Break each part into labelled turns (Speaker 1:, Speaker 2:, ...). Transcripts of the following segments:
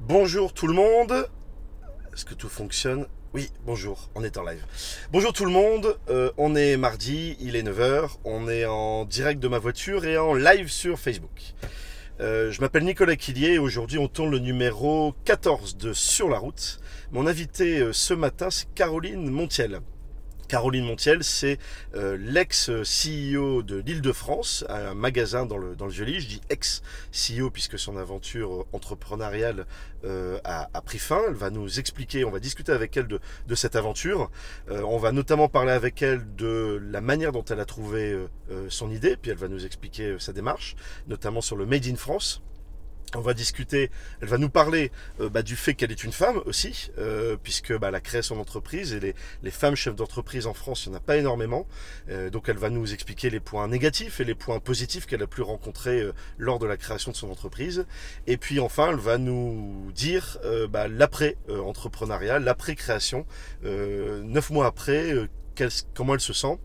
Speaker 1: Bonjour tout le monde. Est-ce que tout fonctionne Oui, bonjour, on est en live. Bonjour tout le monde, euh, on est mardi, il est 9h, on est en direct de ma voiture et en live sur Facebook. Euh, je m'appelle Nicolas Quillier et aujourd'hui on tourne le numéro 14 de Sur la route. Mon invité euh, ce matin c'est Caroline Montiel. Caroline Montiel, c'est euh, l'ex-CEO de l'Île-de-France, un magasin dans le, dans le Vieux-Lille. Je dis ex-CEO E puisque son aventure euh, entrepreneuriale euh, a, a pris fin. Elle va nous expliquer, on va discuter avec elle de, de cette aventure. Euh, on va notamment parler avec elle de la manière dont elle a trouvé euh, euh, son idée, puis elle va nous expliquer euh, sa démarche, notamment sur le Made in France. On va discuter, elle va nous parler euh, bah, du fait qu'elle est une femme aussi, euh, puisque bah, elle a créé son entreprise et les, les femmes chefs d'entreprise en France, il n'y en a pas énormément. Euh, donc elle va nous expliquer les points négatifs et les points positifs qu'elle a pu rencontrer euh, lors de la création de son entreprise. Et puis enfin, elle va nous dire euh, bah, l'après-entrepreneuriat, l'après-création, euh, neuf mois après, euh, quelle- comment elle se sent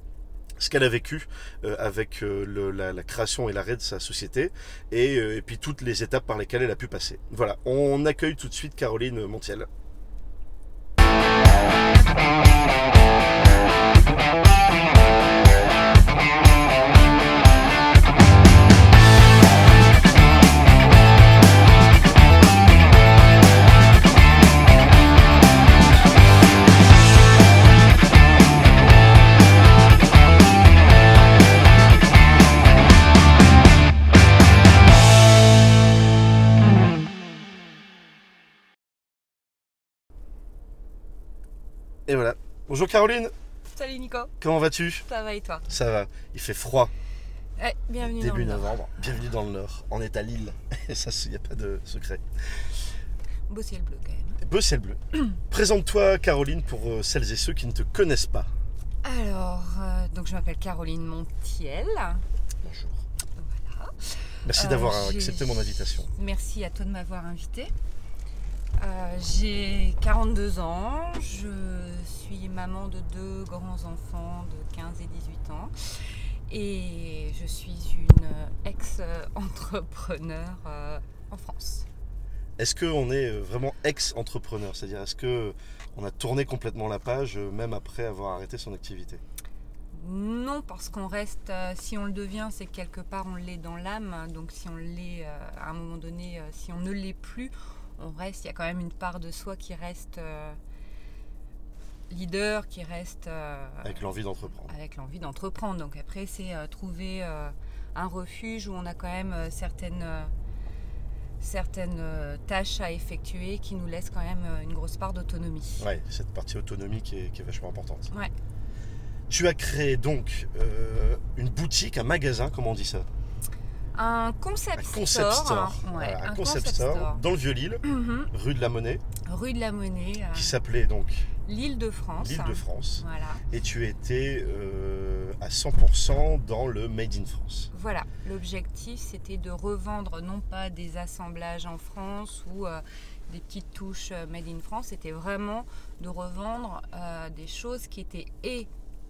Speaker 1: ce qu'elle a vécu euh, avec euh, le- la, la création et l'arrêt de sa société, et, euh, et puis toutes les étapes par lesquelles elle a pu passer. Voilà, on accueille tout de suite Caroline Montiel. Et voilà. Bonjour Caroline,
Speaker 2: Salut Nico,
Speaker 1: comment vas-tu
Speaker 2: ça va et toi
Speaker 1: Ça va, il fait froid
Speaker 2: Ouais, bienvenue
Speaker 1: début
Speaker 2: dans le Nord.
Speaker 1: novembre. Bienvenue dans le Nord, on est à Lille, et ça, il n'y a pas de secret.
Speaker 2: Beau ciel bleu quand même.
Speaker 1: Beau ciel bleu. Présente-toi Caroline pour euh, celles et ceux qui ne te connaissent pas.
Speaker 2: Alors, euh, donc je m'appelle Caroline Montiel.
Speaker 1: Bonjour. Merci
Speaker 2: Euh,
Speaker 1: d'avoir euh,
Speaker 2: j'ai-
Speaker 1: accepté mon invitation.
Speaker 2: Merci à toi de m'avoir invitée. Euh, J'ai 42 ans, je suis maman de deux grands-enfants de 15 et 18 ans et je suis une ex-entrepreneur euh, en France.
Speaker 1: Est-ce qu'on est euh, vraiment ex-entrepreneur C'est-à-dire, est-ce que euh, on a tourné complètement la page, euh, même après avoir arrêté son activité
Speaker 2: Non, parce qu'on reste, euh, si on le devient, c'est que quelque part on l'est dans l'âme. Donc si on l'est euh, à un moment donné, euh, si on ne l'est plus, on reste, il y a quand même une part de soi qui reste euh, leader, qui reste euh,
Speaker 1: Avec l'envie d'entreprendre.
Speaker 2: avec l'envie d'entreprendre. Donc après, c'est euh, trouver euh, un refuge où on a quand même euh, certaines, euh, certaines euh, tâches à effectuer qui nous laissent quand même euh, une grosse part d'autonomie.
Speaker 1: Ouais, cette partie autonomie qui est, qui est vachement importante.
Speaker 2: Ouais.
Speaker 1: Tu as créé donc euh, une boutique, un magasin, comment on dit ça
Speaker 2: Un concept,
Speaker 1: Un concept store.
Speaker 2: hein. Ouais,
Speaker 1: Voilà, un, concept, store, Mm-hmm. dans le Vieux-Lille,
Speaker 2: Mhm.
Speaker 1: rue de la Monnaie,
Speaker 2: rue de la Monnaie, euh,
Speaker 1: qui s'appelait donc
Speaker 2: l'île de France. hein.
Speaker 1: l'île de France.
Speaker 2: Voilà,
Speaker 1: Et tu étais euh, à 100% dans le Made in France.
Speaker 2: voilà. L'objectif, c'était de revendre non pas des assemblages en France ou euh, des petites touches euh, made in France, c'était vraiment de revendre euh, des choses qui étaient et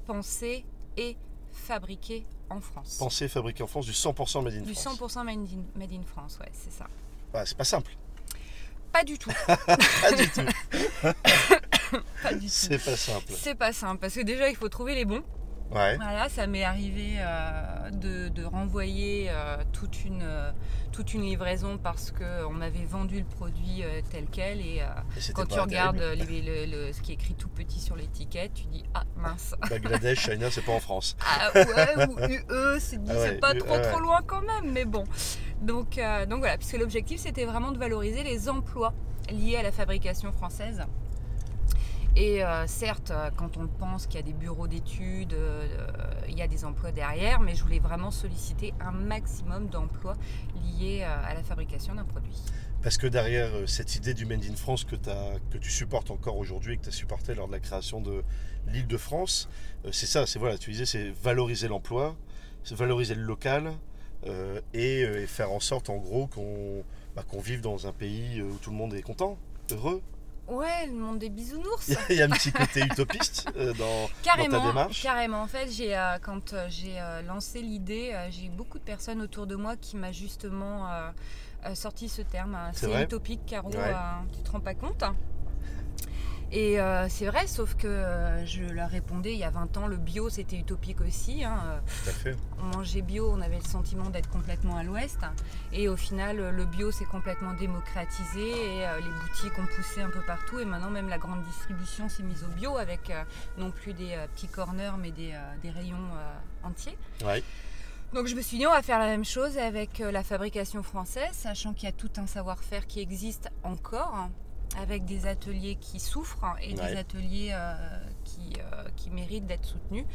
Speaker 2: pensées et fabriquées en France.
Speaker 1: Pensée fabriquée en France, du 100% Made in
Speaker 2: du
Speaker 1: France.
Speaker 2: 100% made in, made in France, ouais, c'est ça.
Speaker 1: Ouais, c'est pas simple.
Speaker 2: Pas du tout,
Speaker 1: Pas du tout.
Speaker 2: pas du tout.
Speaker 1: c'est pas simple.
Speaker 2: C'est pas simple parce que déjà il faut trouver les bons.
Speaker 1: Ouais.
Speaker 2: Voilà, ça m'est arrivé euh, de, de renvoyer euh, toute, une, euh, toute une livraison parce qu'on m'avait vendu le produit euh, tel quel et euh,
Speaker 1: Et c'était
Speaker 2: quand
Speaker 1: pas
Speaker 2: tu regardes
Speaker 1: terrible.
Speaker 2: euh, les- le- le- ce qui est écrit tout petit sur l'étiquette, tu dis ah mince,
Speaker 1: Bangladesh, China, c'est pas en France.
Speaker 2: ah ouais ou UE, c'est
Speaker 1: Ah ouais,
Speaker 2: c'est pas
Speaker 1: UE,
Speaker 2: trop
Speaker 1: ouais.
Speaker 2: trop loin quand même, mais bon. Donc, euh, donc voilà, puisque l'objectif c'était vraiment de valoriser les emplois liés à la fabrication française. Et euh, certes, euh, quand on le pense qu'il y a des bureaux d'études, euh, il y a des emplois derrière, mais je voulais vraiment solliciter un maximum d'emplois liés euh, à la fabrication d'un produit.
Speaker 1: Parce que derrière euh, cette idée du Made in France que, t'as- que tu supportes encore aujourd'hui et que tu as supporté lors de la création de l'île de France, euh, c'est ça, c'est voilà, tu disais, c'est valoriser l'emploi, c'est valoriser le local euh, et, euh, et faire en sorte en gros qu'on bah, qu'on vive dans un pays euh, où tout le monde est content, heureux.
Speaker 2: Ouais, le monde des bisounours
Speaker 1: Il y a- il y a un petit côté utopiste euh, dans...
Speaker 2: Carrément,
Speaker 1: démarche
Speaker 2: carrément. En fait, j'ai euh, quand euh, j'ai euh, lancé l'idée, euh, j'ai eu beaucoup de personnes autour de moi qui m'a justement euh, euh, sorti ce terme.
Speaker 1: C'est
Speaker 2: C'est
Speaker 1: vrai
Speaker 2: utopique, Caro,
Speaker 1: Ouais.
Speaker 2: euh, tu te rends pas compte. hein. Et euh, c'est vrai, sauf que euh, je leur répondais il y a 20 ans, le bio c'était utopique aussi. hein, euh,
Speaker 1: Tout à fait.
Speaker 2: on mangeait bio, on avait le sentiment d'être complètement à l'ouest. Et au final, euh, le bio s'est complètement démocratisé et euh, les boutiques ont poussé un peu partout. Et maintenant, même la grande distribution s'est mise au bio avec euh, non plus des euh, petits corners, mais des, euh, des rayons euh, entiers.
Speaker 1: Ouais.
Speaker 2: Donc je me suis dit, on va faire la même chose avec euh, la fabrication française, sachant qu'il y a tout un savoir-faire qui existe encore, hein, avec des ateliers qui souffrent hein, et
Speaker 1: Ouais.
Speaker 2: des ateliers euh, qui, euh, qui méritent d'être soutenus.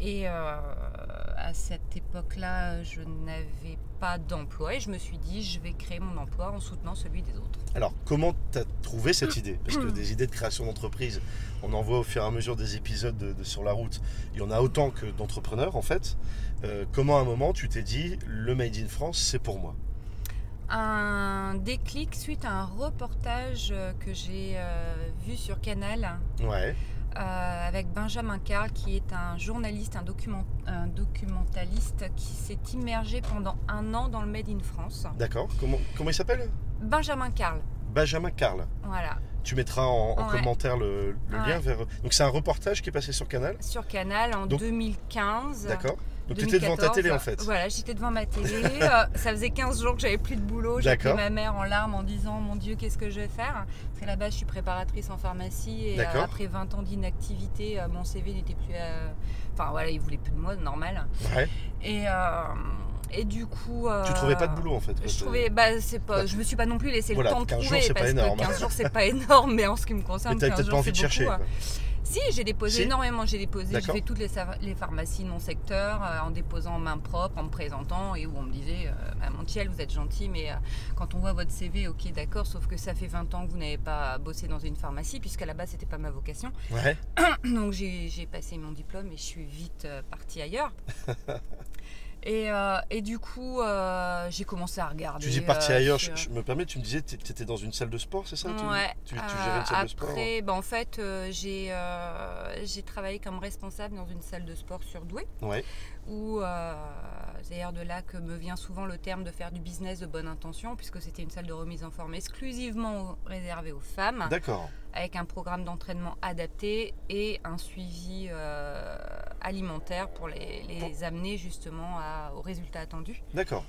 Speaker 2: Et euh, à cette époque-là, je n'avais pas d'emploi et je me suis dit, je vais créer mon emploi en soutenant celui des autres.
Speaker 1: Alors, comment t'as trouvé cette idée Parce que des idées de création d'entreprise, on en voit au fur et à mesure des épisodes de, de Sur la route. Il y en a autant que d'entrepreneurs, en fait. Euh, comment à un moment tu t'es dit, le Made in France, c'est pour moi
Speaker 2: Un déclic suite à un reportage euh, que j'ai euh, vu sur Canal,
Speaker 1: Ouais,
Speaker 2: euh, avec Benjamin Carl, qui est un journaliste, un, document- un documentaliste qui s'est immergé pendant un an dans le Made in France.
Speaker 1: d'accord. Comment, comment il s'appelle
Speaker 2: Benjamin Carl,
Speaker 1: Benjamin Carl.
Speaker 2: voilà,
Speaker 1: Tu mettras en, en
Speaker 2: Ouais.
Speaker 1: commentaire le, le
Speaker 2: Ouais.
Speaker 1: lien vers. Donc, c'est un reportage qui est passé sur Canal,
Speaker 2: sur Canal en
Speaker 1: Donc-
Speaker 2: 2015.
Speaker 1: d'accord Donc, tu étais devant ta
Speaker 2: 2014.
Speaker 1: télé, en fait.
Speaker 2: Voilà, j'étais devant ma télé. Euh, ça faisait 15 jours que j'avais plus de boulot. J'appelais
Speaker 1: D'accord.
Speaker 2: ma mère en larmes en disant Mon Dieu, qu'est-ce que je vais faire Parce que là-bas, je suis préparatrice en pharmacie. Et euh,
Speaker 1: D'accord.
Speaker 2: après 20 ans d'inactivité, euh, mon CV n'était plus. euh, Enfin, voilà, ils voulaient plus de moi, normal.
Speaker 1: Ouais.
Speaker 2: Et, euh, et du coup. euh,
Speaker 1: Tu trouvais pas de boulot, en fait. quoi.
Speaker 2: Je trouvais, bah, c'est pas, je me suis pas non plus laissé
Speaker 1: Voilà,
Speaker 2: le temps de
Speaker 1: 15 jours,
Speaker 2: trouver
Speaker 1: c'est pas
Speaker 2: parce
Speaker 1: énorme.
Speaker 2: que 15 jours c'est pas énorme, mais en ce qui me
Speaker 1: Mais
Speaker 2: concerne,
Speaker 1: t'avais
Speaker 2: 15
Speaker 1: peut-être
Speaker 2: jours
Speaker 1: pas envie
Speaker 2: c'est
Speaker 1: de
Speaker 2: beaucoup,
Speaker 1: chercher.
Speaker 2: hein.
Speaker 1: quoi.
Speaker 2: Si, j'ai déposé
Speaker 1: Si
Speaker 2: énormément, j'ai déposé, j'ai
Speaker 1: D'accord.
Speaker 2: fait toutes les, sa- les pharmacies de mon secteur euh, en déposant en main propre, en me présentant et où on me disait, euh, Madame Montiel, vous êtes gentil, mais euh, quand on voit votre CV, ok, d'accord, sauf que ça fait 20 ans que vous n'avez pas bossé dans une pharmacie, puisqu'à la base c'était pas ma vocation.
Speaker 1: Ouais,
Speaker 2: Donc j'ai j'ai passé mon diplôme et je suis vite euh, partie ailleurs. et, euh, et du coup, euh, j'ai commencé à regarder.
Speaker 1: tu dis parti
Speaker 2: euh,
Speaker 1: ailleurs, je,
Speaker 2: sur-
Speaker 1: je me permets, tu me disais que tu étais dans une salle de sport, c'est ça Tu-
Speaker 2: Ouais,
Speaker 1: tu, tu,
Speaker 2: euh,
Speaker 1: gérais une salle de sport
Speaker 2: après, bah, en fait, euh, j'ai euh, j'ai travaillé comme responsable dans une salle de sport sur Douai,
Speaker 1: Ouais.
Speaker 2: où euh, c'est d'ailleurs de là que me vient souvent le terme de faire du business de bonne intention, puisque c'était une salle de remise en forme exclusivement aux- réservée aux femmes.
Speaker 1: D'accord.
Speaker 2: avec un programme d'entraînement adapté et un suivi euh, alimentaire pour les, les amener justement à- aux résultats attendus.
Speaker 1: D'accord.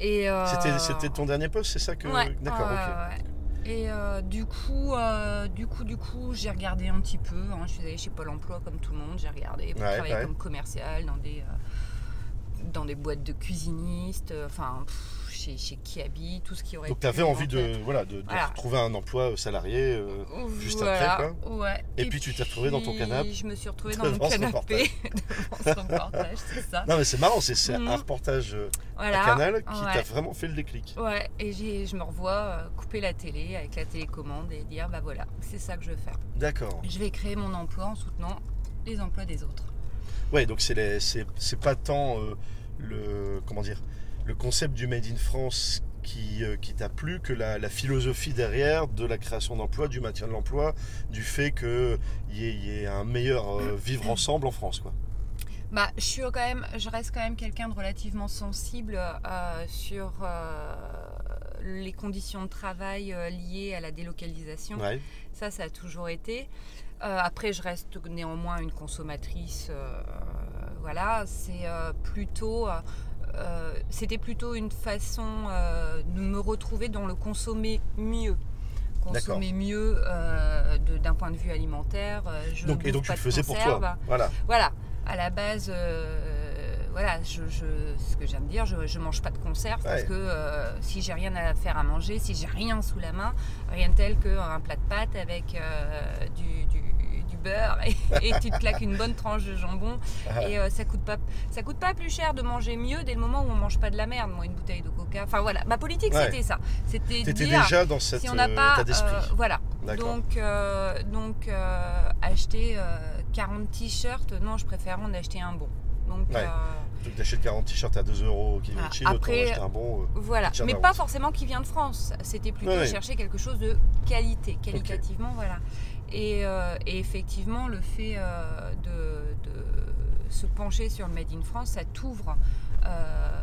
Speaker 2: Et euh,
Speaker 1: C'était, c'était ton dernier poste, c'est ça que.
Speaker 2: Ouais,
Speaker 1: D'accord,
Speaker 2: ouais,
Speaker 1: ok.
Speaker 2: ouais, ouais. Et euh, du coup, euh, du coup, du coup, j'ai regardé un petit peu. hein. je suis allée chez Pôle Emploi comme tout le monde. J'ai regardé pour
Speaker 1: Ouais,
Speaker 2: travailler
Speaker 1: ouais.
Speaker 2: comme commercial dans des euh, dans des boîtes de cuisinistes. euh, Enfin, pff, chez, chez Kiabi, tout ce qui aurait.
Speaker 1: Donc,
Speaker 2: pu,
Speaker 1: tu avais
Speaker 2: en
Speaker 1: envie
Speaker 2: fait.
Speaker 1: de, voilà, de, de
Speaker 2: Voilà.
Speaker 1: retrouver un emploi euh, salarié. euh, juste après,
Speaker 2: quoi. Ouais.
Speaker 1: Et puis, tu t'es retrouvée dans ton canapé
Speaker 2: Je me suis retrouvée dans mon
Speaker 1: devant ce
Speaker 2: canapé devant ce reportage, c'est ça.
Speaker 1: Non, mais c'est marrant, c'est, c'est
Speaker 2: Mhm.
Speaker 1: un reportage euh,
Speaker 2: Voilà.
Speaker 1: à Canal qui
Speaker 2: ouais.
Speaker 1: t'a vraiment fait le déclic.
Speaker 2: Ouais, et j'ai- je me revois euh, couper la télé avec la télécommande et dire bah voilà, c'est ça que je veux faire.
Speaker 1: D'accord.
Speaker 2: Je vais créer mon emploi en soutenant les emplois des autres.
Speaker 1: Ouais, donc c'est, les- c'est, c'est pas tant euh, le. Comment dire Le concept du Made in France qui, euh, qui t'a plu que la, la philosophie derrière de la création d'emplois, du maintien de l'emploi, du fait qu'il y ait, il y ait un meilleur euh, vivre ensemble en France, quoi.
Speaker 2: Bah, je suis quand même, je reste quand même quelqu'un de relativement sensible euh, sur euh, les conditions de travail euh, liées à la délocalisation.
Speaker 1: Ouais.
Speaker 2: Ça, ça a toujours été. Euh, après, je reste néanmoins une consommatrice. euh, voilà, c'est euh, plutôt. euh, euh, C'était plutôt une façon euh, de me retrouver dans le consommer mieux. Consommer mieux euh, de- d'un point de vue alimentaire. euh, Je
Speaker 1: Donc, et
Speaker 2: bouffe
Speaker 1: donc tu
Speaker 2: pas
Speaker 1: le
Speaker 2: de
Speaker 1: faisais pour
Speaker 2: conserve.
Speaker 1: toi. Voilà.
Speaker 2: Voilà, à la base, euh, voilà, je, je- ce que j'aime dire, je, je mange pas de conserve parce
Speaker 1: Ouais.
Speaker 2: que euh, si j'ai rien à faire à manger, si j'ai rien sous la main, rien de tel qu'un plat de pâtes avec euh, du, du- du beurre et, et tu te claques une bonne tranche de jambon
Speaker 1: Ah.
Speaker 2: et euh, ça coûte pas ça coûte pas plus cher de manger mieux dès le moment où on mange pas de la merde moi une bouteille de coca enfin voilà ma politique
Speaker 1: Ouais.
Speaker 2: c'était ça c'était de
Speaker 1: T'étais
Speaker 2: dire
Speaker 1: déjà dans cet
Speaker 2: si on n'a
Speaker 1: euh,
Speaker 2: pas
Speaker 1: état d'esprit.
Speaker 2: euh, voilà
Speaker 1: D'accord.
Speaker 2: donc, euh, donc euh, acheter euh, 40 t-shirts, non, je préfère en acheter un bon. Donc
Speaker 1: Ouais.
Speaker 2: euh,
Speaker 1: Donc t'achètes 40 t-shirts à 2 euros qui vient
Speaker 2: Voilà.
Speaker 1: de Chine, autant
Speaker 2: Ah, Après-
Speaker 1: acheter un bon. euh,
Speaker 2: voilà,
Speaker 1: Tiens,
Speaker 2: mais
Speaker 1: la
Speaker 2: pas
Speaker 1: route.
Speaker 2: forcément qui vient de France. C'était plutôt
Speaker 1: Ouais, ouais.
Speaker 2: chercher quelque chose de qualité, qualitativement, voilà. Et, euh, et effectivement, le fait euh, de, de se pencher sur le Made in France, ça t'ouvre euh,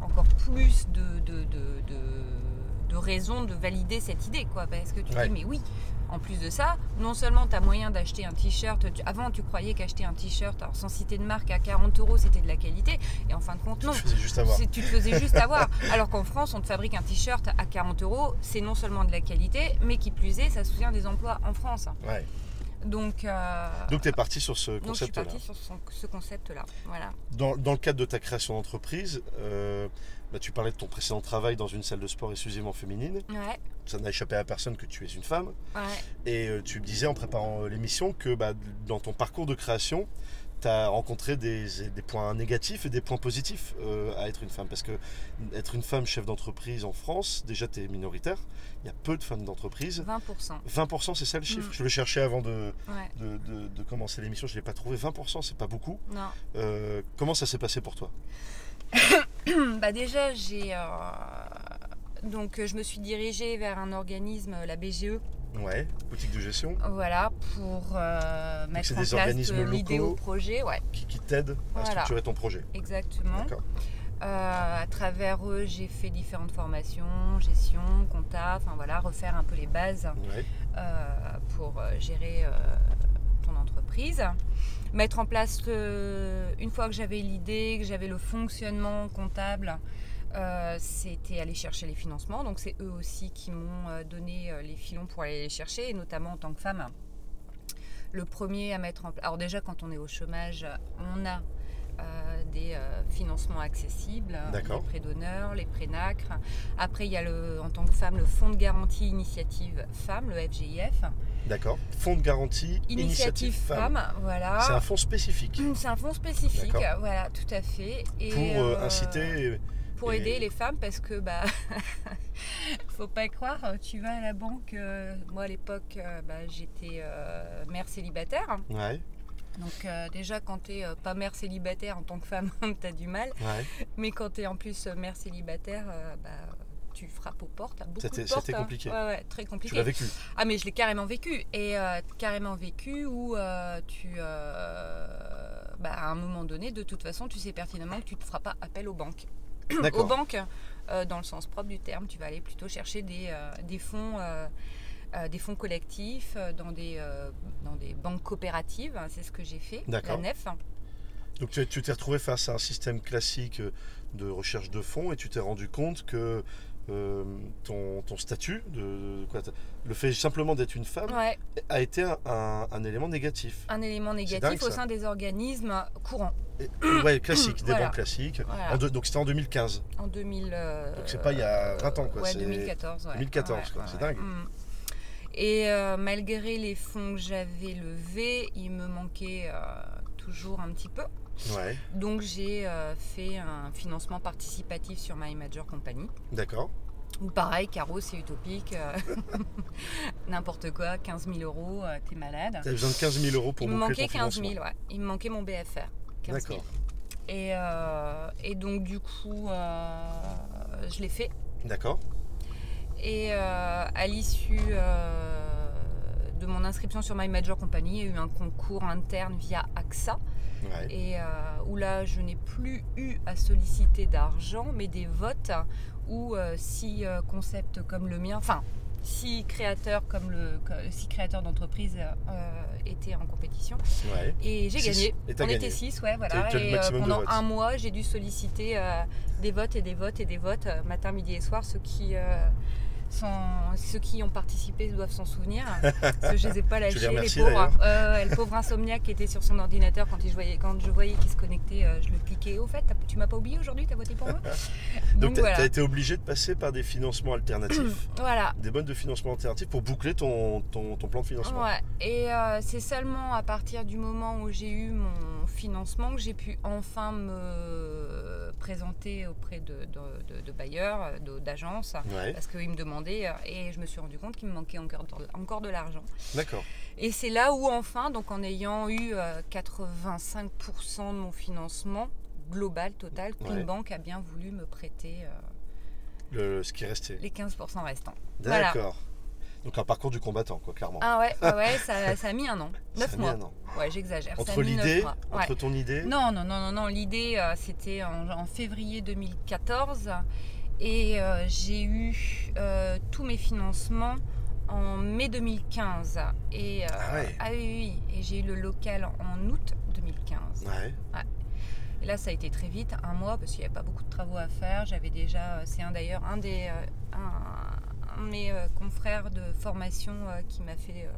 Speaker 2: encore plus de, de, de- de- de raisons de valider cette idée, quoi. Parce que tu
Speaker 1: Ouais.
Speaker 2: dis, mais oui, en plus de ça, non seulement tu as moyen d'acheter un t-shirt, tu- avant tu croyais qu'acheter un t-shirt, alors sans citer de marque, à 40 euros c'était de la qualité, et en fin de compte, non.
Speaker 1: Je faisais juste avoir.
Speaker 2: C'est- Tu te faisais juste avoir. Alors qu'en France, on te fabrique un t-shirt à 40 euros, c'est non seulement de la qualité, mais qui plus est, ça soutient des emplois en France.
Speaker 1: Ouais.
Speaker 2: Donc, euh,
Speaker 1: Donc, tu es parti sur ce
Speaker 2: donc je suis
Speaker 1: concept-là.
Speaker 2: partie sur son- ce concept-là. Voilà.
Speaker 1: Dans, dans le cadre de ta création d'entreprise, euh, bah, tu parlais de ton précédent travail dans une salle de sport exclusivement féminine.
Speaker 2: Ouais,
Speaker 1: Ça n'a échappé à personne que tu es une femme.
Speaker 2: ouais.
Speaker 1: Et euh, tu me disais en préparant euh, l'émission que bah, dans ton parcours de création, tu as rencontré des, des points négatifs et des points positifs euh, à être une femme. Parce que être une femme chef d'entreprise en France, déjà tu es minoritaire, il y a peu de femmes d'entreprise.
Speaker 2: 20%.
Speaker 1: 20% c'est ça le chiffre.
Speaker 2: Mm.
Speaker 1: Je le cherchais avant de,
Speaker 2: Ouais,
Speaker 1: de- de- de commencer l'émission, je ne l'ai pas trouvé. 20% c'est pas beaucoup.
Speaker 2: non.
Speaker 1: Euh, comment ça s'est passé pour toi
Speaker 2: bah déjà, j'ai. euh, Donc, euh, je me suis dirigée vers un organisme, euh, la BGE,
Speaker 1: Ouais, boutique de gestion
Speaker 2: voilà, pour euh, mettre
Speaker 1: c'est
Speaker 2: en
Speaker 1: des
Speaker 2: place
Speaker 1: organismes
Speaker 2: euh,
Speaker 1: locaux.
Speaker 2: l'idéo projet, ouais,
Speaker 1: qui, qui t'aide à
Speaker 2: Voilà.
Speaker 1: structurer ton projet.
Speaker 2: exactement.
Speaker 1: D'accord.
Speaker 2: Euh, à travers eux, j'ai fait différentes formations, gestion, compta, enfin voilà, refaire un peu les bases
Speaker 1: Ouais.
Speaker 2: euh, pour euh, gérer euh, ton entreprise. Mettre en place, euh, une fois que j'avais l'idée, que j'avais le fonctionnement comptable, euh, c'était aller chercher les financements. Donc c'est eux aussi qui m'ont euh, donné euh, les filons pour aller les chercher, et notamment en tant que femme. Le premier à mettre en place. Alors déjà, quand on est au chômage, on a euh, des euh, financements accessibles,
Speaker 1: D'accord.
Speaker 2: les prêts d'honneur, les prêts NACRE. Après, il y a le, en tant que femme le Fonds de garantie initiative femme, le FGIF.
Speaker 1: D'accord. Fonds de garantie,
Speaker 2: Initiative,
Speaker 1: femme.
Speaker 2: femme, Ah. voilà.
Speaker 1: C'est un fonds spécifique.
Speaker 2: Hum, C'est un fonds spécifique,
Speaker 1: D'accord.
Speaker 2: voilà, tout à fait. Et,
Speaker 1: pour euh,
Speaker 2: euh,
Speaker 1: inciter.
Speaker 2: Pour
Speaker 1: et-
Speaker 2: aider les femmes, parce que, bah, faut pas croire, tu vas à la banque. euh, moi, à l'époque, euh, bah, j'étais euh, mère célibataire.
Speaker 1: Ouais,
Speaker 2: Donc, euh, déjà, quand t'es euh, pas mère célibataire en tant que femme, t'as du mal.
Speaker 1: ouais.
Speaker 2: Mais quand t'es en plus euh, mère célibataire, euh, bah, tu frappes aux portes, à beaucoup
Speaker 1: C'était-
Speaker 2: de portes.
Speaker 1: c'était
Speaker 2: hein.
Speaker 1: compliqué.
Speaker 2: Ouais, ouais, très
Speaker 1: Tu
Speaker 2: compliqué.
Speaker 1: l'as vécu.
Speaker 2: Ah mais je l'ai carrément vécu et euh, carrément vécu où euh, tu euh, bah, à un moment donné de toute façon tu sais pertinemment que tu ne feras pas appel aux banques. aux
Speaker 1: D'accord.
Speaker 2: banques euh, dans le sens propre du terme, tu vas aller plutôt chercher des, euh, des fonds euh, euh, des fonds collectifs euh, dans des euh, dans des banques coopératives, hein, c'est ce que j'ai fait la
Speaker 1: D'accord.
Speaker 2: Nef.
Speaker 1: Donc tu tu t'es retrouvé face à un système classique euh, de recherche de fonds et tu t'es rendu compte que euh, ton, ton statut, de, de quoi, t'as- le fait simplement d'être une femme,
Speaker 2: Ouais,
Speaker 1: a été un, un- un élément négatif.
Speaker 2: un élément négatif
Speaker 1: dingue,
Speaker 2: au
Speaker 1: ça.
Speaker 2: sein des organismes courants
Speaker 1: Et- ouais, classique, des
Speaker 2: Voilà.
Speaker 1: banques classiques.
Speaker 2: Voilà.
Speaker 1: En deux- Ah, donc c'était en 2015.
Speaker 2: en 2000. euh,
Speaker 1: Donc c'est pas il y a 20 ans, quoi,
Speaker 2: Ouais,
Speaker 1: c'est
Speaker 2: 2014. ouais.
Speaker 1: 2014,
Speaker 2: Ouais,
Speaker 1: quoi,
Speaker 2: ouais,
Speaker 1: c'est
Speaker 2: ouais.
Speaker 1: dingue.
Speaker 2: Mm. Et euh, malgré les fonds que j'avais levés, il me manquait euh, toujours un petit peu.
Speaker 1: Ouais,
Speaker 2: Donc j'ai euh, fait un financement participatif sur My Major Company.
Speaker 1: d'accord.
Speaker 2: Ou pareil, Caro, c'est utopique. euh, N'importe quoi, 15 000 euros, euh, t'es malade.
Speaker 1: T'avais besoin de 15 000 euros pour
Speaker 2: il me
Speaker 1: boucler
Speaker 2: manquait
Speaker 1: ton
Speaker 2: 15 000,
Speaker 1: financement.
Speaker 2: ouais. Il me manquait mon BFR. 15 000.
Speaker 1: D'accord.
Speaker 2: Et, euh, et donc du coup, euh, je l'ai fait.
Speaker 1: D'accord.
Speaker 2: Et euh, à l'issue euh, de mon inscription sur My Major Company, il y a eu un concours interne via AXA,
Speaker 1: Ouais.
Speaker 2: et, euh, où là, je n'ai plus eu à solliciter d'argent, mais des votes, où euh, si euh, concept comme le mien, enfin, si créateur comme le, que- si créateur d'entreprise euh, était en compétition,
Speaker 1: Ouais.
Speaker 2: et j'ai
Speaker 1: Six.
Speaker 2: gagné.
Speaker 1: Et t'as
Speaker 2: On
Speaker 1: gagné.
Speaker 2: était 6, ouais,
Speaker 1: T'as
Speaker 2: voilà.
Speaker 1: eu le
Speaker 2: Et euh,
Speaker 1: maximum de
Speaker 2: pendant
Speaker 1: votes.
Speaker 2: un mois, j'ai dû solliciter euh, des votes et des votes et des votes, euh, matin, midi et soir. Ceux qui, euh, sont- ceux qui ont participé doivent s'en souvenir. parce que je les ai pas lâchés, les
Speaker 1: remercies,
Speaker 2: pauvres. Euh, le pauvre insomniaque qui était sur son ordinateur quand, il- je voyais, quand je voyais qu'il se connectait, euh, je le cliquais. Au fait, t'as- tu m'as pas oublié aujourd'hui, t'as voté pour moi
Speaker 1: Donc,
Speaker 2: Donc,
Speaker 1: tu as,
Speaker 2: voilà.
Speaker 1: été obligé de passer par des financements alternatifs,
Speaker 2: Voilà.
Speaker 1: des bonnes de financement alternatifs pour boucler ton, ton, ton plan de financement.
Speaker 2: Ouais, et euh, c'est seulement à partir du moment où j'ai eu mon financement que j'ai pu enfin me présenter auprès de, de, de- de bailleurs, euh, de- d'agences,
Speaker 1: Ouais,
Speaker 2: parce qu'ils me demandaient euh, et je me suis rendu compte qu'il me manquait encore de, encore de l'argent.
Speaker 1: d'accord.
Speaker 2: Et c'est là où enfin, donc en ayant eu euh, 85% de mon financement global, total, qu'une
Speaker 1: Ouais.
Speaker 2: banque a bien voulu me prêter euh,
Speaker 1: Le, ce qui restait.
Speaker 2: les 15% restants. Voilà.
Speaker 1: D'accord. Donc un parcours du combattant, quoi, clairement.
Speaker 2: Ah ouais, ouais, ouais, ça, ça a mis un an.
Speaker 1: Ça a
Speaker 2: Neuf
Speaker 1: mis
Speaker 2: mois.
Speaker 1: un an.
Speaker 2: Ouais, j'exagère. ça a
Speaker 1: Entre
Speaker 2: mis neuf
Speaker 1: l'idée,
Speaker 2: mois. Ouais.
Speaker 1: entre ton idée,
Speaker 2: Non, non, non, non, non. L'idée, euh, c'était en, en février 2014. Et euh, j'ai eu euh, tous mes financements en mai 2015. Et, euh,
Speaker 1: Ah ouais.
Speaker 2: oui, oui. Et j'ai eu le local en août 2015.
Speaker 1: ouais,
Speaker 2: Et là, ça a été très vite, un mois, parce qu'il n'y avait pas beaucoup de travaux à faire. J'avais déjà, euh, c'est un d'ailleurs, un des, euh, un, un de mes euh, confrères de formation euh, qui m'a fait euh,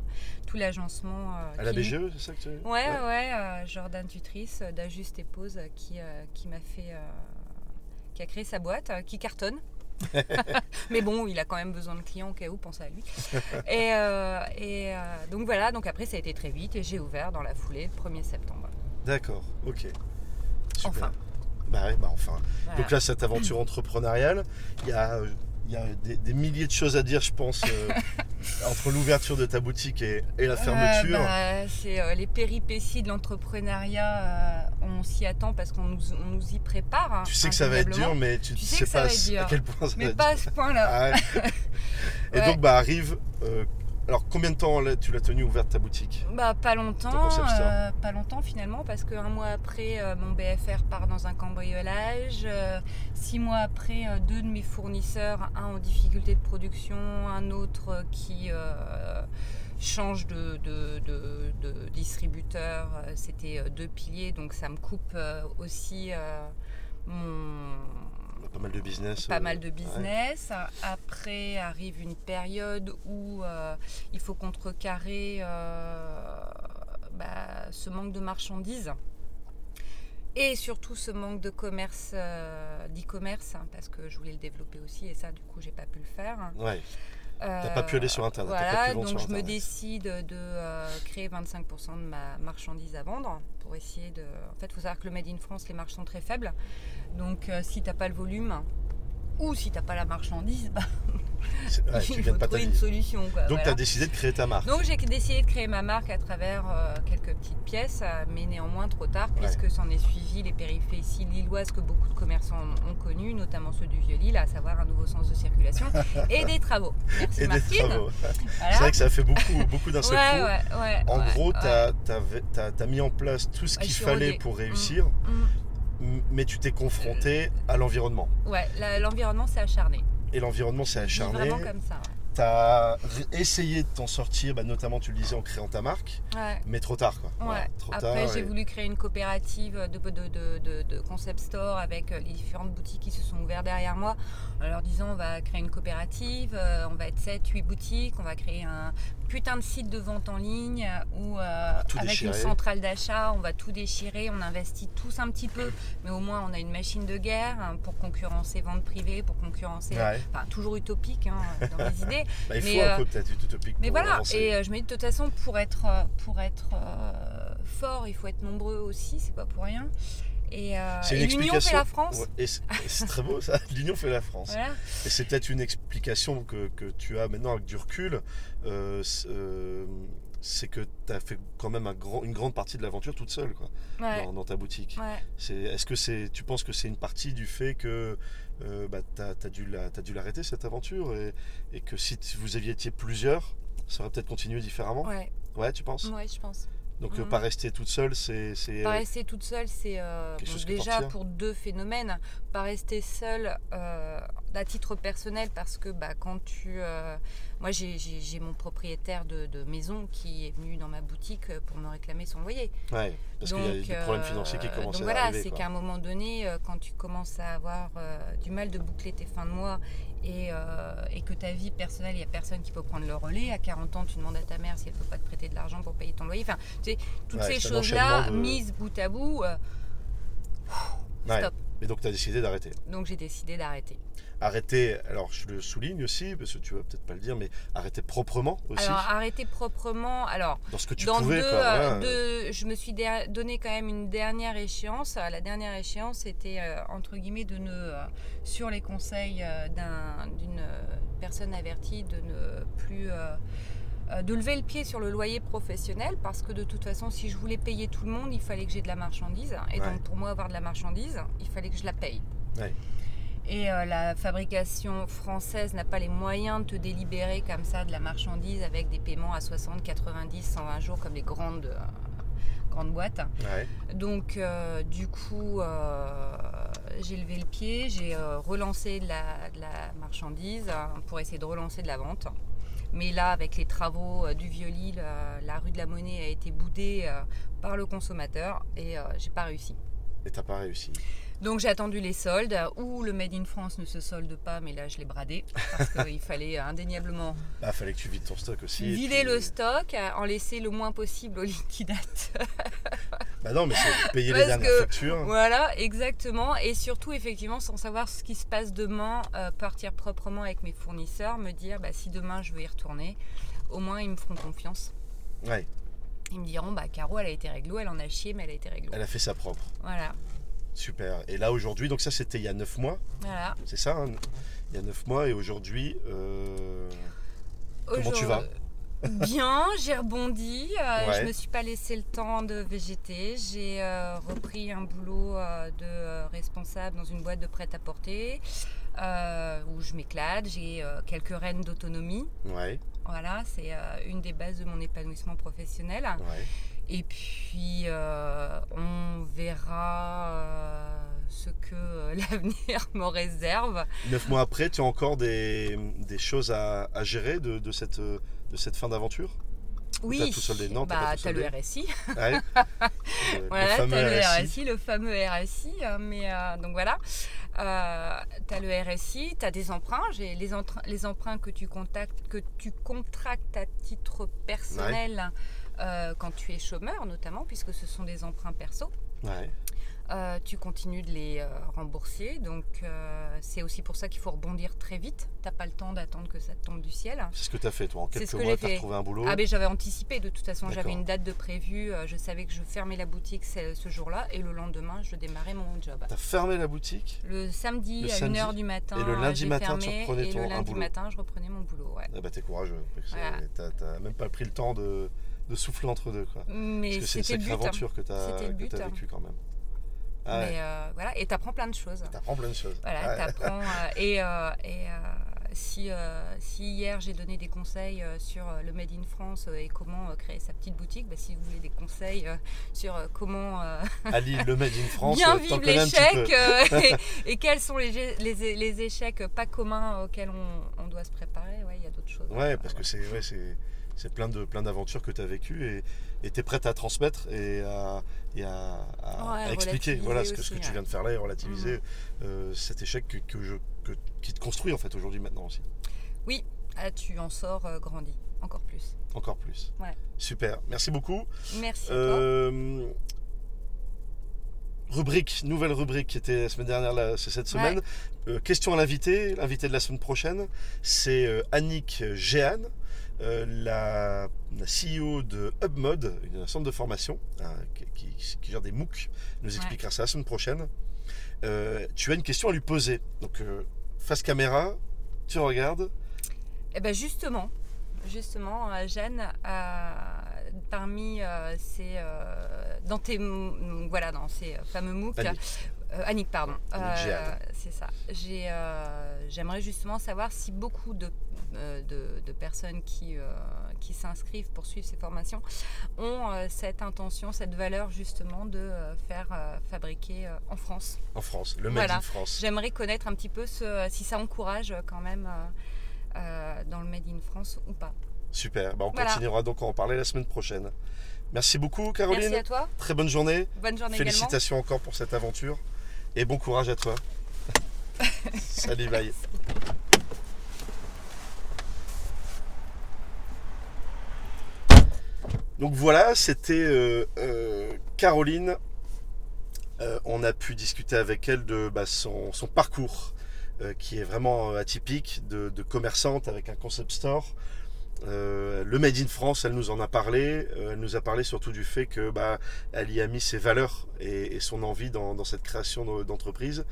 Speaker 2: tout l'agencement. euh,
Speaker 1: à la
Speaker 2: qui lui-
Speaker 1: BGE, c'est ça que tu
Speaker 2: Ouais, ouais, euh, Jordan Tutrice euh, d'Ajuste et Pose euh, qui, euh, qui m'a fait. euh, qui a créé sa boîte, euh, qui cartonne. Mais bon, il a quand même besoin de clients au cas où, pensez à lui. Et, euh, et euh, donc voilà, donc après ça a été très vite et j'ai ouvert dans la foulée le 1er septembre.
Speaker 1: D'accord, ok. Super.
Speaker 2: Enfin.
Speaker 1: Bah ouais, bah enfin.
Speaker 2: Voilà.
Speaker 1: Donc là, cette aventure entrepreneuriale, il y a, euh, il y a des, des milliers de choses à dire, je pense, euh, entre l'ouverture de ta boutique et, et la fermeture.
Speaker 2: Euh, bah, C'est euh, les péripéties de l'entrepreneuriat. euh, on s'y attend parce qu'on nous, on nous y prépare. hein,
Speaker 1: tu sais que ça va être dur,
Speaker 2: indéniablement.
Speaker 1: mais tu ne
Speaker 2: Tu sais
Speaker 1: sais
Speaker 2: que ça
Speaker 1: pas
Speaker 2: va être
Speaker 1: à
Speaker 2: dur.
Speaker 1: quel point ça va
Speaker 2: Mais
Speaker 1: être
Speaker 2: pas à ce point-là.
Speaker 1: Ah ouais. Et
Speaker 2: Ouais.
Speaker 1: donc, bah, arrive. euh, alors, combien de temps là, tu l'as tenue ouverte ta boutique
Speaker 2: Bah pas
Speaker 1: Ton
Speaker 2: longtemps,
Speaker 1: concept store.
Speaker 2: euh, pas longtemps finalement parce qu'un mois après euh, mon BFR part dans un cambriolage, euh, six mois après euh, deux de mes fournisseurs, un en difficulté de production, un autre euh, qui euh, change de, de- de- de distributeur, Euh, c'était euh, deux piliers donc ça me coupe euh, aussi euh, mon,
Speaker 1: Pas mal de business. euh,
Speaker 2: pas mal de
Speaker 1: ouais.
Speaker 2: business. Après arrive une période où euh, il faut contrecarrer euh, bah, ce manque de marchandises et surtout ce manque de commerce, euh, d'e-commerce, hein, parce que je voulais le développer aussi et ça, du coup, j'ai pas pu le faire.
Speaker 1: Ouais,
Speaker 2: T'as
Speaker 1: pas pu aller sur Internet, t'as pas
Speaker 2: Euh, Voilà,
Speaker 1: pu vendre
Speaker 2: donc
Speaker 1: sur
Speaker 2: je me
Speaker 1: Internet.
Speaker 2: décide de euh, créer 25% de ma marchandise à vendre pour essayer de. En fait, il faut savoir que le Made in France, les marges sont très faibles. Donc euh, si t'as pas le volume ou si t'as pas la marchandise, bah,
Speaker 1: c'est- ouais, tu
Speaker 2: il
Speaker 1: gagnes
Speaker 2: faut
Speaker 1: pas ta
Speaker 2: trouver
Speaker 1: vie.
Speaker 2: une solution. quoi,
Speaker 1: Donc, tu
Speaker 2: voilà.
Speaker 1: as décidé de créer ta marque.
Speaker 2: Donc j'ai décidé de créer ma marque à travers euh, quelques petites pièces, euh, mais néanmoins trop tard, puisque s'en est suivi les périphéties lilloises que beaucoup de commerçants ont, ont connues, notamment ceux du Vieux-Lille, à savoir un nouveau sens de circulation et des travaux. Merci
Speaker 1: et des
Speaker 2: Martine.
Speaker 1: travaux.
Speaker 2: Voilà.
Speaker 1: C'est vrai que ça fait beaucoup, beaucoup d'un seul coup.
Speaker 2: ouais, ouais, ouais,
Speaker 1: En
Speaker 2: ouais,
Speaker 1: gros,
Speaker 2: ouais.
Speaker 1: tu as, mis en place tout ce
Speaker 2: Ouais,
Speaker 1: qu'il
Speaker 2: je suis
Speaker 1: fallait
Speaker 2: rodée.
Speaker 1: pour
Speaker 2: Mm. Euh,
Speaker 1: réussir, m- mais tu t'es confronté à l'environnement.
Speaker 2: Mm. Ouais, la- l'environnement s'est acharné.
Speaker 1: Et l'environnement s'est
Speaker 2: Je dis
Speaker 1: acharné.
Speaker 2: Vraiment comme ça.
Speaker 1: Tu as essayé de t'en sortir, bah, notamment, tu le disais, en créant ta marque,
Speaker 2: ouais. Ouais.
Speaker 1: mais trop tard. Quoi. Voilà,
Speaker 2: Ouais.
Speaker 1: trop
Speaker 2: Après,
Speaker 1: tard.
Speaker 2: j'ai
Speaker 1: et-
Speaker 2: voulu créer une coopérative de, de, de- de- de concept store avec euh, les différentes boutiques qui se sont ouvertes derrière moi en leur disant on va créer une coopérative, euh, on va être 7, 8 boutiques, on va créer un putain de site de vente en ligne euh, où euh,
Speaker 1: tout
Speaker 2: avec une
Speaker 1: déchirer.
Speaker 2: centrale d'achat, on va tout déchirer, on investit tous un petit
Speaker 1: Mm.
Speaker 2: peu, mais au moins on a une machine de guerre hein, pour concurrencer vente privée, pour concurrencer.
Speaker 1: Ouais.
Speaker 2: Enfin, toujours utopique hein, dans mes idées.
Speaker 1: Bah, il
Speaker 2: mais,
Speaker 1: faut un
Speaker 2: euh,
Speaker 1: peu peut-être utopique
Speaker 2: Mais
Speaker 1: pour
Speaker 2: voilà,
Speaker 1: avancer.
Speaker 2: et euh, je me dis de toute façon, pour être, euh, pour être euh, fort, il faut être nombreux aussi, c'est pas pour rien. Et, euh,
Speaker 1: C'est
Speaker 2: et
Speaker 1: une
Speaker 2: l'union
Speaker 1: explication.
Speaker 2: fait la France.
Speaker 1: Ouais, et c'est et c'est très beau ça, l'union fait la France.
Speaker 2: Voilà.
Speaker 1: Et c'est peut-être une explication que, que tu as maintenant avec du recul. euh, c'est euh, c'est que tu as fait quand même un grand- une grande partie de l'aventure toute seule quoi,
Speaker 2: Ouais,
Speaker 1: dans, dans ta boutique.
Speaker 2: ouais.
Speaker 1: C'est- Est-ce que c'est, tu penses que c'est une partie du fait que tu as, dû la- t'as dû l'arrêter cette aventure et, et que si t- vous aviez été plusieurs, ça aurait peut-être continué différemment
Speaker 2: Ouais,
Speaker 1: Ouais, tu penses
Speaker 2: ouais, je pense.
Speaker 1: Donc euh,
Speaker 2: Mhm.
Speaker 1: pas rester toute seule, c'est. c'est- euh,
Speaker 2: Pas rester toute seule, c'est euh,
Speaker 1: Quelque
Speaker 2: bon,
Speaker 1: chose qui hein.
Speaker 2: déjà
Speaker 1: t'en tire.
Speaker 2: pour deux phénomènes. Pas rester seule euh, à titre personnel parce que bah, quand tu... euh, moi j'ai- j'ai j'ai mon propriétaire de, de maison qui est venu dans ma boutique euh, pour me réclamer son loyer.
Speaker 1: Ouais, parce qu'il y a
Speaker 2: Donc,
Speaker 1: des problèmes
Speaker 2: euh,
Speaker 1: financiers qui commencent
Speaker 2: donc
Speaker 1: à
Speaker 2: voilà,
Speaker 1: arriver.
Speaker 2: c'est
Speaker 1: quoi.
Speaker 2: qu'à un moment donné, euh, quand tu commences à avoir euh, du mal de boucler tes fins de mois et, euh, et que ta vie personnelle, il n'y a personne qui peut prendre le relais. À 40 ans, tu demandes à ta mère si elle ne peut pas te prêter de l'argent pour payer ton loyer. Enfin, tu sais, toutes
Speaker 1: Ouais,
Speaker 2: ces
Speaker 1: c'est un
Speaker 2: choses-là,
Speaker 1: enchaînement de-
Speaker 2: mises bout à bout, euh,
Speaker 1: Ouais.
Speaker 2: stop.
Speaker 1: Mais donc tu as décidé d'arrêter.
Speaker 2: Donc j'ai décidé d'arrêter.
Speaker 1: Arrêter, alors je le souligne aussi, parce que tu vas peut-être pas le dire, mais arrêter proprement aussi,
Speaker 2: Alors arrêter proprement. Alors
Speaker 1: dans ce que tu
Speaker 2: dans
Speaker 1: pouvais.
Speaker 2: deux,
Speaker 1: quoi,
Speaker 2: euh,
Speaker 1: ouais.
Speaker 2: deux- je me suis der- donné quand même une dernière échéance. Euh, La dernière échéance, c'était euh, entre guillemets de ne, euh, sur les conseils euh, d'un- d'une euh, personne avertie, de ne plus. euh, euh, de lever le pied sur le loyer professionnel parce que de toute façon si je voulais payer tout le monde il fallait que j'ai de la marchandise et
Speaker 1: Ouais.
Speaker 2: donc pour moi avoir de la marchandise il fallait que je la paye
Speaker 1: Ouais.
Speaker 2: et euh, la fabrication française n'a pas les moyens de te délibérer comme ça de la marchandise avec des paiements à 60, 90, 120 jours comme les grandes, euh, grandes boîtes.
Speaker 1: Ouais.
Speaker 2: Donc, euh, du coup, euh, j'ai levé le pied, j'ai euh, relancé de la, de la marchandise hein, pour essayer de relancer de la vente. Mais là, avec les travaux euh, du Vieux-Lille, euh, la rue de la Monnaie a été boudée euh, par le consommateur et euh, j'ai pas réussi.
Speaker 1: Et t'as pas réussi.
Speaker 2: Donc j'ai attendu les soldes euh, où le Made in France ne se solde pas, mais là je l'ai bradé parce qu'il fallait euh, indéniablement
Speaker 1: Bah, fallait que tu vides ton stock aussi. et
Speaker 2: vider
Speaker 1: puis-
Speaker 2: le stock, euh, en laisser le moins possible au liquidateur.
Speaker 1: Bah non, mais c'est payer les
Speaker 2: Parce
Speaker 1: dernières
Speaker 2: que-
Speaker 1: factures.
Speaker 2: Voilà, exactement. Et surtout, effectivement, sans savoir ce qui se passe demain, euh, partir proprement avec mes fournisseurs, me dire bah, si demain je veux y retourner, au moins ils me feront confiance.
Speaker 1: Ouais,
Speaker 2: Ils me diront bah, Caro, elle a été réglo, elle en a chié, mais elle a été réglo.
Speaker 1: elle a fait sa propre.
Speaker 2: Voilà,
Speaker 1: Super. Et là, aujourd'hui, donc ça, c'était il y a 9 mois,
Speaker 2: voilà.
Speaker 1: c'est ça hein Il y a 9 mois, et aujourd'hui. euh, Comment tu vas
Speaker 2: euh, Bien, j'ai rebondi. euh,
Speaker 1: Ouais.
Speaker 2: Je me suis pas laissé le temps de végéter. J'ai euh, repris un boulot euh, de euh, responsable dans une boîte de prêt-à-porter euh, où je m'éclate. J'ai euh, quelques rênes d'autonomie.
Speaker 1: Ouais,
Speaker 2: Voilà, c'est euh, une des bases de mon épanouissement professionnel.
Speaker 1: ouais.
Speaker 2: Et puis, euh, on verra euh, ce que euh, l'avenir me réserve.
Speaker 1: 9 mois après, tu as encore des, des choses à, à gérer de, de cette, euh, de cette fin d'aventure
Speaker 2: Oui,
Speaker 1: t'as tout soldé Non, t'as
Speaker 2: bah,
Speaker 1: pas tout
Speaker 2: t'as le
Speaker 1: soldé.
Speaker 2: RSI.
Speaker 1: Ouais. Le- le
Speaker 2: Voilà,
Speaker 1: fameux
Speaker 2: t'as le
Speaker 1: RSI.
Speaker 2: RSI, le fameux RSI. hein, Mais euh, donc voilà, euh, t'as le RSI, t'as des emprunts. J'ai les, entra- les emprunts que tu, contactes, que tu contractes à titre personnel euh, quand tu es chômeur, notamment, puisque ce sont des emprunts perso.
Speaker 1: Ouais,
Speaker 2: Euh, tu continues de les euh, rembourser, donc euh, c'est aussi pour ça qu'il faut rebondir très vite. T'as pas le temps d'attendre que ça te tombe du ciel.
Speaker 1: c'est ce que tu as fait, toi. En
Speaker 2: C'est
Speaker 1: quelques
Speaker 2: ce que
Speaker 1: mois,
Speaker 2: j'ai
Speaker 1: tu as
Speaker 2: fait.
Speaker 1: retrouvé un boulot.
Speaker 2: Ah ben j'avais anticipé, de toute façon j'avais
Speaker 1: Oh. D'accord.
Speaker 2: une date de prévu, euh, je savais que je fermais la boutique ce, ce jour-là et le lendemain je démarrais mon job.
Speaker 1: Tu as fermé la boutique
Speaker 2: Le samedi
Speaker 1: Le
Speaker 2: à
Speaker 1: samedi.
Speaker 2: 1h du matin,
Speaker 1: Et le lundi
Speaker 2: j'ai
Speaker 1: matin, tu
Speaker 2: fermé,
Speaker 1: reprenais
Speaker 2: et
Speaker 1: ton- un
Speaker 2: le lundi
Speaker 1: boulot.
Speaker 2: matin je reprenais mon boulot. Ouais.
Speaker 1: Ah bah t'es courageux. parce que
Speaker 2: Voilà.
Speaker 1: t'as- T'as même pas pris le temps de, de souffler entre deux, quoi.
Speaker 2: Mais
Speaker 1: Parce que c'est une
Speaker 2: c'était le
Speaker 1: sacrée
Speaker 2: but. hein.
Speaker 1: aventure que t'as
Speaker 2: C'était le
Speaker 1: que
Speaker 2: but,
Speaker 1: t'as
Speaker 2: hein.
Speaker 1: vécue quand même. Ah ouais,
Speaker 2: Mais, euh, voilà, et t'apprends plein de choses.
Speaker 1: t'apprends plein de choses.
Speaker 2: Voilà,
Speaker 1: Ouais.
Speaker 2: t'apprends. euh, et euh, et, euh, si, euh, si hier j'ai donné des conseils euh, sur euh, le Made in France euh, et comment euh, créer sa petite boutique, bah, si vous voulez des conseils euh, sur euh, comment euh,
Speaker 1: Ali, le Made in France,
Speaker 2: bien
Speaker 1: euh, t'en
Speaker 2: vivre
Speaker 1: connais un petit peu.
Speaker 2: l'échec euh, et, et quels sont les, gé- les- les échecs pas communs auxquels on, on doit se préparer, ouais, il y a d'autres choses.
Speaker 1: Ouais, parce que c'est ouais, c'est- c'est plein de plein d'aventures que tu as vécues et- et tu es prête à transmettre et à, et à- à-
Speaker 2: Ouais,
Speaker 1: à expliquer voilà ce que, ce
Speaker 2: relativiser
Speaker 1: que tu
Speaker 2: aussi, Mm.
Speaker 1: viens de faire là et relativiser euh, cet échec que, que je, que- qui te construit en fait aujourd'hui maintenant aussi,
Speaker 2: Ah, tu en sors euh, grandi, encore plus.
Speaker 1: encore plus.
Speaker 2: Ouais.
Speaker 1: Super, merci beaucoup.
Speaker 2: Merci à toi.
Speaker 1: Euh, rubrique, nouvelle rubrique qui était la semaine dernière, là, c'est cette
Speaker 2: Ouais.
Speaker 1: semaine. Euh, question à l'invité, l'invité de la semaine prochaine, c'est euh, Annick Géhan, euh, la, la CEO de HubMod, une- un centre de formation hein, qui, qui- qui gère des MOOC. Elle nous
Speaker 2: Ouais.
Speaker 1: expliquera ça la semaine prochaine. Euh, tu as une question à lui poser. Donc, euh, face caméra, tu regardes.
Speaker 2: Eh ben justement, justement, euh, Jeanne, euh, parmi euh, ces, euh, dans tes, m- voilà, dans ces euh, fameux MOOC,
Speaker 1: Annick.
Speaker 2: euh, Annick, pardon,
Speaker 1: Annick Jeanne.
Speaker 2: c'est ça. J'ai, euh, j'aimerais justement savoir si beaucoup de, euh, de, de personnes qui, euh, qui s'inscrivent pour suivre ces formations ont euh, cette intention, cette valeur justement de euh, faire euh, fabriquer euh, en France.
Speaker 1: En France, le Made
Speaker 2: Voilà.
Speaker 1: in France.
Speaker 2: J'aimerais connaître un petit peu ce, si ça encourage quand même euh, euh, dans le Made in France ou pas.
Speaker 1: Super. Bah, on
Speaker 2: Voilà.
Speaker 1: continuera donc à en parler la semaine prochaine. Merci beaucoup, Caroline.
Speaker 2: Merci à toi.
Speaker 1: Très bonne journée.
Speaker 2: Bonne journée également.
Speaker 1: Félicitations encore pour cette aventure. Et bon courage à toi. Salut, bye. Donc voilà, c'était euh, euh, Caroline. Euh, on a pu discuter avec elle de bah, son, son parcours euh, qui est vraiment euh, atypique de, de commerçante avec un concept store. Euh, le Made in France, elle nous en a parlé. Euh, elle nous a parlé surtout du fait que bah, elle y a mis ses valeurs et, et son envie dans, dans cette création d'en- d'entreprise.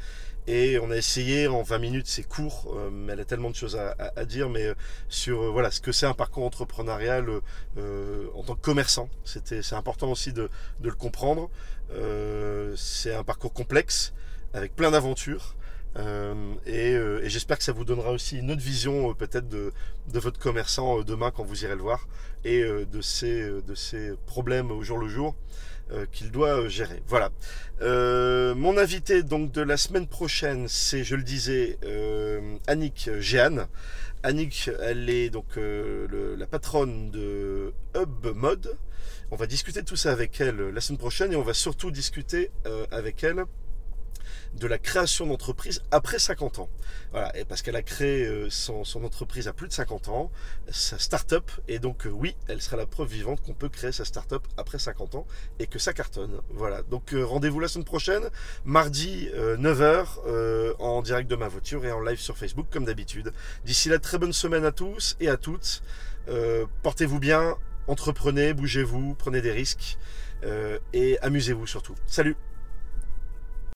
Speaker 1: Et on a essayé en 20 minutes, c'est court, euh, mais elle a tellement de choses à, à- à dire, mais euh, sur euh, voilà ce que c'est un parcours entrepreneurial euh, euh, en tant que commerçant. C'était, c'est important aussi de, de le comprendre. Euh, c'est un parcours complexe avec plein d'aventures. Euh, et euh, et j'espère que ça vous donnera aussi une autre vision euh, peut-être de, de votre commerçant euh, demain quand vous irez le voir et euh, de, ses, euh, de ses problèmes au jour le jour euh, qu'il doit euh, gérer. Voilà. Euh, mon invité donc de la semaine prochaine, c'est, je le disais, euh, Annick Géane. Annick, elle est donc euh, le- la patronne de Hub Mode. On va discuter de tout ça avec elle euh, la semaine prochaine et on va surtout discuter euh, avec elle de la création d'entreprise après 50 ans. Voilà, et parce qu'elle a créé euh, son, son entreprise à plus de 50 ans, sa start-up, et donc euh, oui, elle sera la preuve vivante qu'on peut créer sa start-up après 50 ans et que ça cartonne. Voilà, donc euh, rendez-vous la semaine prochaine, mardi euh, 9h, euh, en direct de ma voiture et en live sur Facebook comme d'habitude. D'ici là, très bonne semaine à tous et à toutes. Euh, Portez-vous bien, entreprenez, bougez-vous, prenez des risques euh, et amusez-vous surtout. Salut